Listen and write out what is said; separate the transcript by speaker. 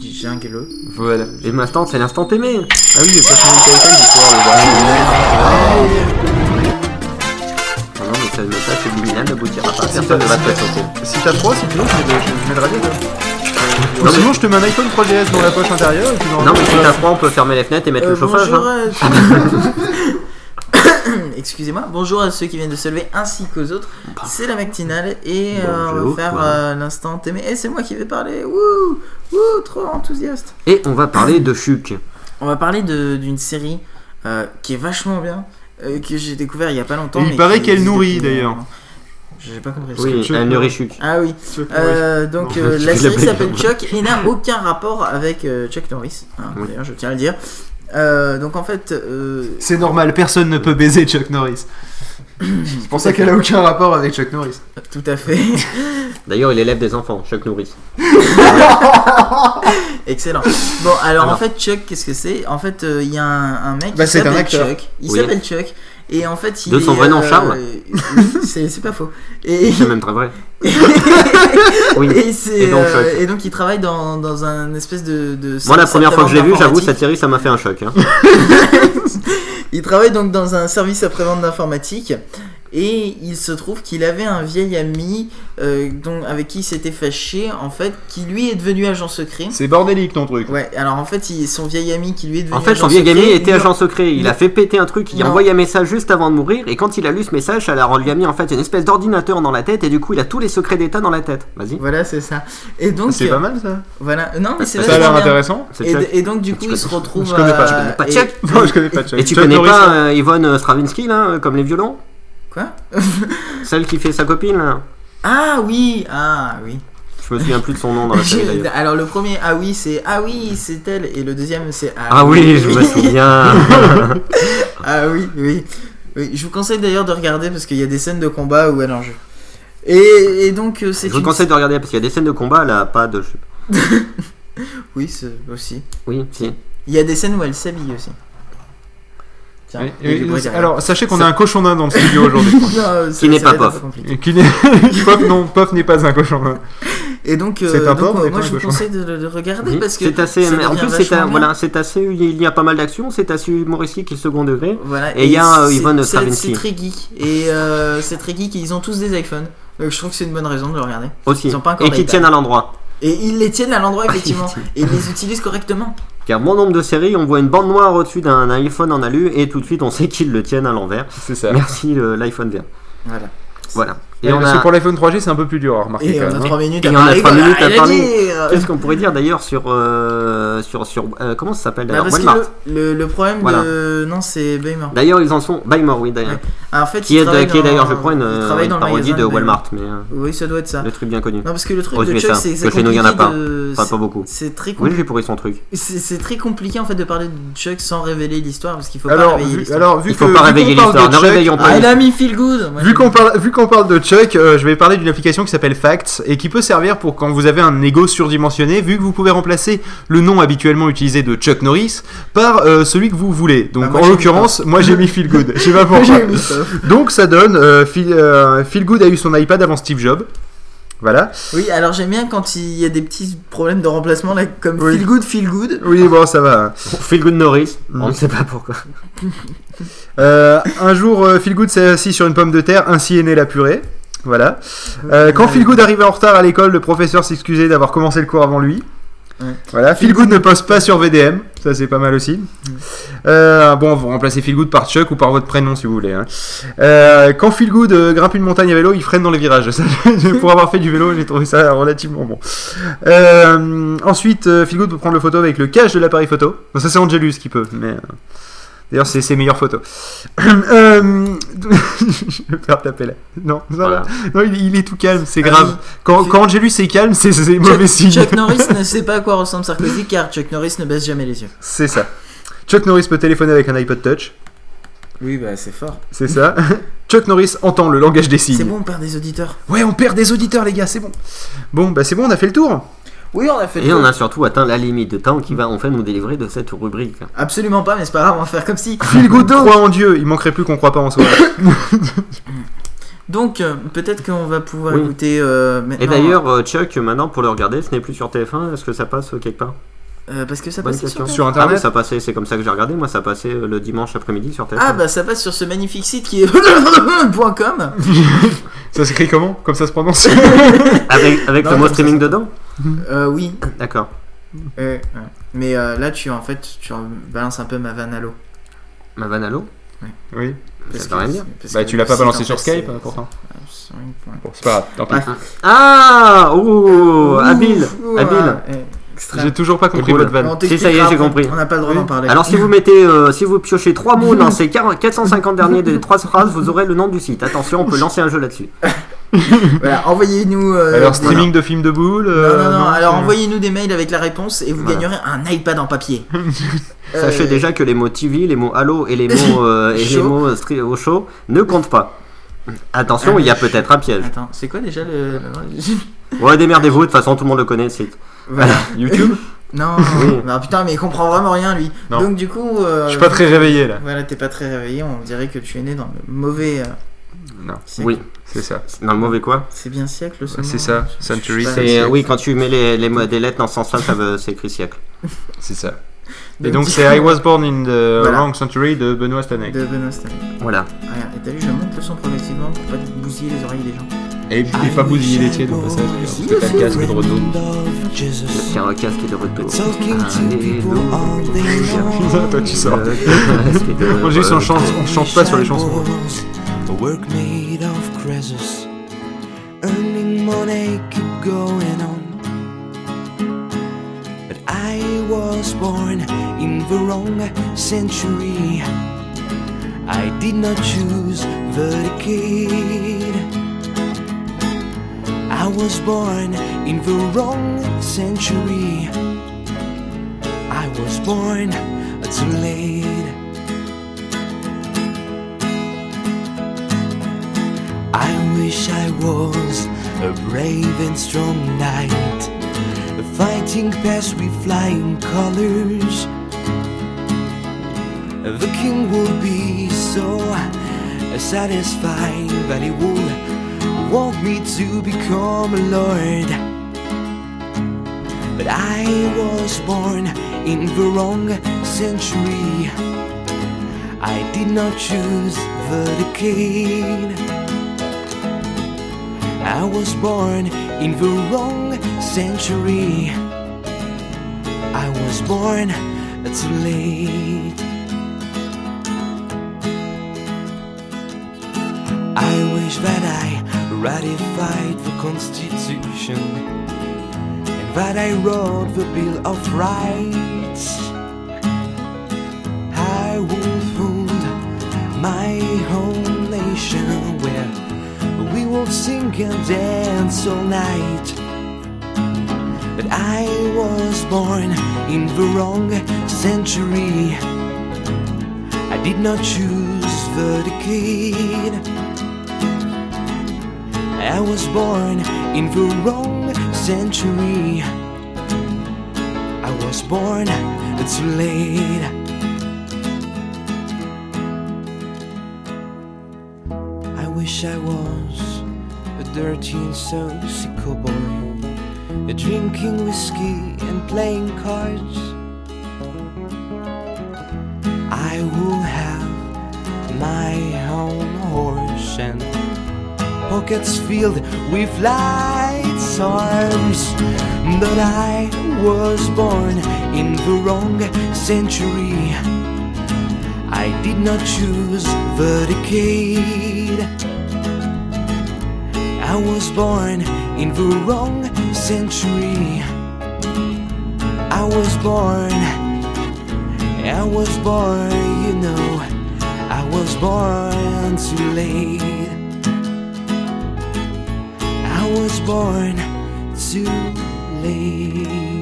Speaker 1: J'ai un kilo.
Speaker 2: Voilà. Et maintenant, c'est l'instant aimé. Ah oui, le personnage de quelqu'un, j'ai pouvoir le voir. Ah non, mais ça, le message subliminal n'aboutira pas. Personne ne va te faire sauter.
Speaker 3: Si t'as 3, si tu veux, je vais le- je vais le Euh, radier. là. Ou
Speaker 2: Non,
Speaker 3: sinon, je te mets un iPhone 3GS dans la poche intérieure et tu
Speaker 2: Non, mais si t'as froid, on peut fermer les fenêtres et mettre
Speaker 1: Euh,
Speaker 2: le chauffage.
Speaker 1: bonjour,
Speaker 2: hein.
Speaker 1: euh, Excusez-moi, bonjour à ceux qui viennent de se lever ainsi qu'aux autres. C'est la matinale et euh, on
Speaker 2: Bonjour,
Speaker 1: va faire
Speaker 2: quoi.
Speaker 1: euh, l'instant aimé. Et c'est moi qui vais parler. Wouh, wouh, trop enthousiaste.
Speaker 2: Et on va parler de Chuck.
Speaker 1: On va parler de- d'une série euh, qui est vachement bien, euh, que j'ai découvert il y a pas longtemps.
Speaker 3: Il
Speaker 1: mais
Speaker 3: paraît
Speaker 1: qui
Speaker 3: qu'elle
Speaker 1: existe
Speaker 3: nourrit,
Speaker 1: depuis- euh,
Speaker 3: d'ailleurs.
Speaker 1: J'ai pas compris. ce que-
Speaker 2: Oui,
Speaker 3: Chuck,
Speaker 2: elle
Speaker 3: non.
Speaker 2: nourrit Chuck.
Speaker 1: Ah oui.
Speaker 3: Chuck
Speaker 1: Euh, donc
Speaker 3: Non,
Speaker 1: euh,
Speaker 2: je
Speaker 1: la série
Speaker 2: l'appelle
Speaker 1: s'appelle
Speaker 2: comme
Speaker 1: Chuck et n'a aucun rapport avec euh, Chuck Norris. hein,
Speaker 2: Oui.
Speaker 1: D'ailleurs, je tiens à le dire. Euh, donc en fait, euh,
Speaker 3: C'est normal, personne ne peut baiser Chuck Norris. C'est pour ça qu'elle a aucun rapport avec Chuck Norris.
Speaker 1: tout à fait.
Speaker 2: D'ailleurs, il élève des enfants, Chuck Norris.
Speaker 1: Excellent. Bon, alors,
Speaker 2: Alors.
Speaker 1: en fait, Chuck, qu'est-ce que c'est En fait, euh, il y a un, un mec
Speaker 3: Bah,
Speaker 1: qui
Speaker 3: c'est un
Speaker 1: s'appelle
Speaker 3: acteur.
Speaker 1: Chuck. Il
Speaker 2: Oui.
Speaker 1: s'appelle Chuck. Et en fait, il.
Speaker 2: De son
Speaker 1: est,
Speaker 2: vrai nom,
Speaker 1: euh,
Speaker 2: Charles
Speaker 1: C'est c'est pas faux. Et.
Speaker 2: C'est même très vrai. Oui.
Speaker 1: Et, c'est,
Speaker 2: Et donc,
Speaker 1: euh,
Speaker 2: Chuck.
Speaker 1: et donc il travaille dans, dans un espèce de... de
Speaker 2: Moi, la
Speaker 1: service
Speaker 2: première fois que je l'ai vu,
Speaker 1: après-vente
Speaker 2: j'avoue,
Speaker 1: d'informatique.
Speaker 2: cette série, ça m'a fait un choc. hein.
Speaker 1: Il travaille donc dans un service après-vente d'informatique et il se trouve qu'il avait un vieil ami euh, dont, avec qui il s'était fâché en fait, qui lui est devenu agent secret.
Speaker 3: C'est bordélique ton truc.
Speaker 1: Ouais, alors en fait, il- son vieil ami qui lui est devenu
Speaker 2: En fait, son
Speaker 1: agent
Speaker 2: vieil
Speaker 1: secret,
Speaker 2: ami était
Speaker 1: lui-
Speaker 2: agent secret. Il
Speaker 1: Non.
Speaker 2: a fait péter un truc, il a
Speaker 1: Non.
Speaker 2: envoyé un message juste avant de mourir. Et quand il a lu ce message, ça leur lui a mis en fait une espèce d'ordinateur dans la tête. Et du coup, il a tous les secrets d'État dans la tête. Vas-y.
Speaker 1: Voilà, c'est ça.
Speaker 2: Ah,
Speaker 1: Et donc, euh,
Speaker 3: C'est pas mal ça.
Speaker 1: voilà. Non, mais c'est
Speaker 3: Ça a l'air
Speaker 1: vachement bien.
Speaker 3: intéressant.
Speaker 2: C'est
Speaker 1: Et,
Speaker 2: Chuck.
Speaker 1: et donc, du coup, il
Speaker 2: connais-
Speaker 1: se retrouve.
Speaker 3: je connais pas, je
Speaker 1: euh,
Speaker 2: connais pas
Speaker 1: et-
Speaker 2: Chuck.
Speaker 3: Non, je connais pas Chuck.
Speaker 2: Et tu
Speaker 3: Chuck
Speaker 2: connais
Speaker 3: Norris,
Speaker 2: pas
Speaker 1: hein.
Speaker 2: euh, Yvonne euh, Stravinsky, là, euh, comme les violons
Speaker 1: Quoi
Speaker 2: Celle qui fait sa copine, là
Speaker 1: Ah oui, ah oui.
Speaker 2: Je me souviens plus de son nom dans la série, d'ailleurs.
Speaker 1: Alors, le premier, ah oui, c'est ah oui, c'est elle. Et le deuxième, c'est ah,
Speaker 2: Ah oui, je me souviens.
Speaker 1: Ah oui, oui. Oui, Je vous conseille d'ailleurs de regarder parce qu'il y a des scènes de combat où elle en joue. Et, et donc euh, c'est
Speaker 2: je vous
Speaker 1: une...
Speaker 2: conseille de regarder parce qu'il y a des scènes de combat, là, pas de.
Speaker 1: Oui, c'est aussi.
Speaker 2: Oui, si.
Speaker 1: Il y a des scènes où elle s'habille aussi. Tiens,
Speaker 3: Oui,
Speaker 1: il y a du
Speaker 3: oui,
Speaker 1: bruit derrière.
Speaker 3: hein. Alors, sachez qu'on
Speaker 1: Ça-
Speaker 3: a un cochon d'Inde dans le studio aujourd'hui.
Speaker 1: Non, euh, ça-
Speaker 2: Qui n'est
Speaker 1: ça va
Speaker 2: pas
Speaker 1: être un
Speaker 2: Pof.
Speaker 1: peu compliqué.
Speaker 3: Et qui n'est- Pof, non, Pof n'est pas un cochon d'Inde.
Speaker 1: Et donc, euh,
Speaker 3: C'est un
Speaker 1: donc,
Speaker 3: porc,
Speaker 1: euh,
Speaker 3: mais
Speaker 1: moi
Speaker 3: pas un
Speaker 1: je vous
Speaker 3: cochon.
Speaker 1: conseille de le le regarder
Speaker 2: Oui.
Speaker 1: parce que
Speaker 2: Mhm. C'est assez.
Speaker 1: ça
Speaker 2: En
Speaker 1: devient
Speaker 2: plus, c'est
Speaker 1: vachement
Speaker 2: un-
Speaker 1: bien.
Speaker 2: voilà, c'est assez. Il y a pas mal d'actions. C'est assez humoristique et second degré.
Speaker 1: Voilà,
Speaker 2: Et il y a, euh,
Speaker 1: c'est-
Speaker 2: Yvonne
Speaker 1: c'est-
Speaker 2: Stravinsky.
Speaker 1: C'est très geek et euh, c'est très geek et ils ont tous des iPhones. Donc je trouve que c'est une bonne raison de le regarder.
Speaker 2: Aussi.
Speaker 1: Ils ont pas encore
Speaker 2: Et qui
Speaker 1: d'iPad.
Speaker 2: tiennent à l'endroit.
Speaker 1: Et ils les tiennent à
Speaker 2: Ah,
Speaker 1: l'endroit effectivement
Speaker 2: Effectivement.
Speaker 1: et ils les utilisent correctement.
Speaker 2: Car bon nombre de séries, on voit une bande noire au-dessus d'un iPhone en alu et tout de suite on sait qu'ils le tiennent à l'envers.
Speaker 3: C'est ça.
Speaker 2: Merci euh, l'iPhone vert.
Speaker 1: Voilà.
Speaker 2: Voilà. Et
Speaker 1: Euh,
Speaker 3: Et
Speaker 2: on a.
Speaker 3: pour l'iPhone 3G, c'est un peu plus dur à remarquer
Speaker 1: Et
Speaker 3: quand
Speaker 1: on a
Speaker 3: même. hein.
Speaker 1: 3 minutes
Speaker 2: Et
Speaker 1: à
Speaker 2: on a
Speaker 1: parler.
Speaker 2: trois
Speaker 1: voilà,
Speaker 2: minutes à
Speaker 1: il a
Speaker 2: parler.
Speaker 1: dit, euh,
Speaker 2: Qu'est-ce qu'on pourrait dire d'ailleurs sur euh, sur sur euh, comment ça s'appelle
Speaker 1: Bah,
Speaker 2: d'ailleurs
Speaker 1: parce que
Speaker 2: Walmart.
Speaker 1: le, le- le problème
Speaker 2: Voilà.
Speaker 1: de. Non, c'est Baymore.
Speaker 2: D'ailleurs ils en sont Baymore oui d'ailleurs.
Speaker 1: Ouais. Alors, en fait,
Speaker 2: Qui
Speaker 1: il
Speaker 2: est
Speaker 1: travaille
Speaker 2: qui est
Speaker 1: dans-
Speaker 2: d'ailleurs je crois une,
Speaker 1: il
Speaker 2: euh,
Speaker 1: travaille
Speaker 2: une
Speaker 1: dans le
Speaker 2: parodie
Speaker 1: magasin
Speaker 2: de
Speaker 1: Baymore.
Speaker 2: Walmart mais euh,
Speaker 1: Oui, ça doit être ça.
Speaker 2: le truc bien connu.
Speaker 1: Non, parce que le truc
Speaker 2: Aux
Speaker 1: de Chuck,
Speaker 2: USA,
Speaker 1: c'est c'est
Speaker 2: que chez nous, il y
Speaker 1: compliqué
Speaker 2: en a pas.
Speaker 1: de.
Speaker 2: Enfin pas beaucoup.
Speaker 1: C'est très, compli-
Speaker 2: Oui j'ai pourri son truc.
Speaker 1: c'est- c'est très compliqué en fait de parler de Chuck sans révéler l'histoire parce qu'il faut pas
Speaker 3: Alors,
Speaker 1: réveiller
Speaker 3: vu,
Speaker 1: l'histoire.
Speaker 3: alors, vu
Speaker 2: Il
Speaker 3: que-
Speaker 2: faut
Speaker 3: vu
Speaker 2: pas
Speaker 3: qu'on
Speaker 2: réveiller
Speaker 3: parle de
Speaker 2: l'histoire. Ne
Speaker 3: Chuck-
Speaker 2: réveillons
Speaker 1: Ah,
Speaker 2: pas.
Speaker 1: elle a mis Feel Good Moi,
Speaker 3: Vu
Speaker 1: j'aime
Speaker 3: qu'on parle, vu qu'on parle de Chuck, euh, je vais parler d'une application qui s'appelle Facts et qui peut servir pour quand vous avez un ego surdimensionné, vu que vous pouvez remplacer le nom habituellement utilisé de Chuck Norris par euh, celui que vous voulez. Donc
Speaker 1: Bah, moi,
Speaker 3: en
Speaker 1: j'ai mis
Speaker 3: l'occurrence, moi j'ai mis Feel Good. Je sais pas pourquoi.
Speaker 1: J'ai mis ça.
Speaker 3: Donc ça donne euh, Feel, euh, Feel Good a eu son iPad avant Steve Jobs. Voilà.
Speaker 1: Oui, alors j'aime bien quand il y a des petits problèmes de remplacement là, comme
Speaker 3: Oui.
Speaker 1: Feel Good, Feel Good.
Speaker 3: Oui, bon, ça va. hein.
Speaker 2: Feel Good Norris.
Speaker 3: Mm.
Speaker 2: On ne sait pas pourquoi.
Speaker 3: Euh, un jour, euh, Philgood s'est assis sur une pomme de terre, ainsi est née la purée. Voilà. Euh, quand Philgood arrivait en retard à l'école, le professeur s'excusait d'avoir commencé le cours avant lui.
Speaker 1: Ouais.
Speaker 3: Voilà, Philgood ne Mm. poste pas sur VDM, ça c'est pas mal aussi. Euh, bon, vous remplacez Philgood par Chuck ou par votre prénom si vous voulez. hein. Euh, quand Philgood euh, grimpe une montagne à vélo, il freine dans les virages. Ça, pour avoir fait du vélo, j'ai trouvé ça relativement bon. Euh, ensuite, euh, Philgood peut prendre le photo avec le cache de l'appareil photo. Bon, ça c'est Angelus qui peut, mais euh, d'ailleurs c'est ses meilleures photos. Euh, je vais faire taper là. Non, non,
Speaker 2: Voilà.
Speaker 3: non, il, il est tout calme, c'est
Speaker 1: Ah
Speaker 3: grave.
Speaker 1: oui.
Speaker 3: Quand,
Speaker 1: Tu-
Speaker 3: quand Angelus est calme, c'est c'est mauvais
Speaker 1: Chuck-
Speaker 3: signe.
Speaker 1: Chuck Norris ne sait pas à quoi ressemble Sarkozy car Chuck Norris ne baisse jamais les yeux.
Speaker 3: C'est ça. Chuck Norris peut téléphoner avec un iPod Touch.
Speaker 1: Oui, bah c'est fort.
Speaker 3: C'est ça. Chuck Norris entend le langage des signes.
Speaker 1: C'est bon, on perd des auditeurs.
Speaker 3: Ouais, on perd des auditeurs, les gars, c'est bon. Bon, bah c'est bon, on a fait le tour.
Speaker 1: Oui, on a fait le
Speaker 2: Et on
Speaker 1: tour.
Speaker 2: a surtout atteint la limite de temps qui va enfin nous délivrer de cette rubrique.
Speaker 1: Absolument pas, mais c'est pas grave, on va faire comme si.
Speaker 3: Phil Good croit en Dieu, il manquerait plus qu'on croit pas en soi.
Speaker 1: Donc euh, peut-être qu'on va pouvoir
Speaker 2: Oui.
Speaker 1: écouter euh, maintenant.
Speaker 2: Et d'ailleurs, euh, Chuck, maintenant pour le regarder, ce n'est plus sur TF1, est-ce que ça passe euh, quelque part
Speaker 1: euh, parce que ça
Speaker 2: bonne
Speaker 1: passe
Speaker 2: question.
Speaker 1: sur
Speaker 3: Sur
Speaker 2: Ah oui,
Speaker 3: internet
Speaker 2: ça passait, c'est comme ça que j'ai regardé, moi ça passait euh, le dimanche après-midi sur TF1.
Speaker 1: Ah bah ça passe sur ce magnifique site qui est .com.
Speaker 3: Ça s'écrit comment Comme ça se prononce
Speaker 2: Avec, avec
Speaker 1: Non,
Speaker 2: le mot
Speaker 1: comme ça,
Speaker 2: streaming dedans
Speaker 1: Euh, oui.
Speaker 2: D'accord.
Speaker 1: Euh, ouais. Mais euh, là tu en fait tu balances un peu ma vanne à l'eau.
Speaker 2: Ma vanne à l'eau
Speaker 3: Oui.
Speaker 1: Parce
Speaker 2: veut rien
Speaker 1: que-
Speaker 2: dire.
Speaker 1: parce
Speaker 3: Bah
Speaker 1: que
Speaker 3: tu l'as
Speaker 1: le
Speaker 3: pas
Speaker 1: site,
Speaker 3: balancé
Speaker 1: en
Speaker 3: sur
Speaker 1: fait,
Speaker 3: Skype hein,
Speaker 1: c'est-
Speaker 3: pourtant.
Speaker 1: c'est- c'est-
Speaker 3: Bon, c'est pas grave, tant pis.
Speaker 1: Ouais.
Speaker 2: Ah Ouh Habile
Speaker 1: Ouh,
Speaker 2: Habile
Speaker 1: ah, eh, extra.
Speaker 3: J'ai toujours pas compris
Speaker 2: Et
Speaker 3: votre
Speaker 2: voilà.
Speaker 3: vanne.
Speaker 1: On t'expliquera
Speaker 2: Si, ça y est, j'ai
Speaker 1: après.
Speaker 2: compris.
Speaker 1: On n'a pas le droit
Speaker 3: Oui.
Speaker 1: d'en parler.
Speaker 2: Alors si vous mettez, euh, si vous piochez trois mots dans ces 40 450 derniers des trois phrases, vous aurez le nom du site. Attention, on peut lancer un jeu là-dessus.
Speaker 1: Voilà, envoyez-nous. euh,
Speaker 3: Alors
Speaker 1: des-
Speaker 3: streaming de films de boules
Speaker 1: Non,
Speaker 3: euh,
Speaker 1: non, non, alors
Speaker 3: c'est-
Speaker 1: envoyez-nous des mails avec la réponse et vous
Speaker 2: Voilà.
Speaker 1: gagnerez un iPad en papier. Euh,
Speaker 2: Sachez déjà que les mots TV, les mots halo et les mots euh, et les
Speaker 1: Chaud.
Speaker 2: mots euh, stri- au chaud ne comptent pas. Attention, il y a peut-être un piège.
Speaker 1: Attends, c'est quoi déjà le.
Speaker 2: Ouais, démerdez-vous, de toute façon, tout le monde le connaît, le site.
Speaker 1: Voilà.
Speaker 3: YouTube
Speaker 1: Non, non, Ah, putain, mais il comprend vraiment rien lui.
Speaker 3: Non.
Speaker 1: Donc du coup. euh,
Speaker 3: Je suis pas très réveillé là.
Speaker 1: Voilà, t'es pas très réveillé, on dirait que tu es né dans le mauvais. euh,
Speaker 3: Non.
Speaker 1: siècle.
Speaker 2: Oui,
Speaker 3: C'est ça.
Speaker 2: dans le mauvais quoi
Speaker 1: C'est bien siècle ce
Speaker 3: Ouais, c'est
Speaker 1: mot,
Speaker 3: ça,
Speaker 1: je- je- je-
Speaker 3: century,
Speaker 1: je- je-
Speaker 2: C'est euh,
Speaker 3: siècle.
Speaker 2: oui, quand tu mets les, les mots- des lettres dans ce sens-là, ça veut- c'est écrit siècle.
Speaker 3: C'est ça.
Speaker 1: de-
Speaker 3: Et donc
Speaker 1: du-
Speaker 3: c'est I Was Born in the
Speaker 1: Voilà.
Speaker 3: Wrong Century de Benoît Stanek.
Speaker 1: De Benoît Stanley.
Speaker 2: Voilà.
Speaker 1: Regarde, et t'as vu, je monte le son progressivement pour pas te bousiller les oreilles des gens.
Speaker 3: Et je vais pas bousiller les tiennes au passage, parce que t'as le casque de retour.
Speaker 2: Le
Speaker 4: Tiens,
Speaker 2: Pierre casque est de retour. Ah,
Speaker 3: Toi, tu sors.
Speaker 2: Alléluia.
Speaker 3: Moi, juste,
Speaker 1: Euh,
Speaker 3: on chante, on chante pas sur les chansons.
Speaker 4: A work made of crevices. Earning money, keep going on. But I was born in the wrong century. I did not choose the decade. I was born in the wrong century. I was born too late. I wish I was a brave and strong knight, fighting past with flying colors. The king would be so satisfied that he would want me to become a lord. But I was born in the wrong century. I did not choose the decade. I was born in the wrong century. I was born too late. I wish that I ratified the Constitution and that I wrote the Bill of Rights. I will found my home nation where we will sing and dance all night. But I was born in the wrong century. I did not choose the decade. I was born in the wrong century. I was born too late. I wish I was a dirty and saucy cowboy, drinking whiskey and playing cards. I will have my own horse and pockets filled with lights arms. But I was born in the wrong century. I did not choose the decade. I was born in the wrong century. I was born, I was born, you know, I was born too late. I was born too late.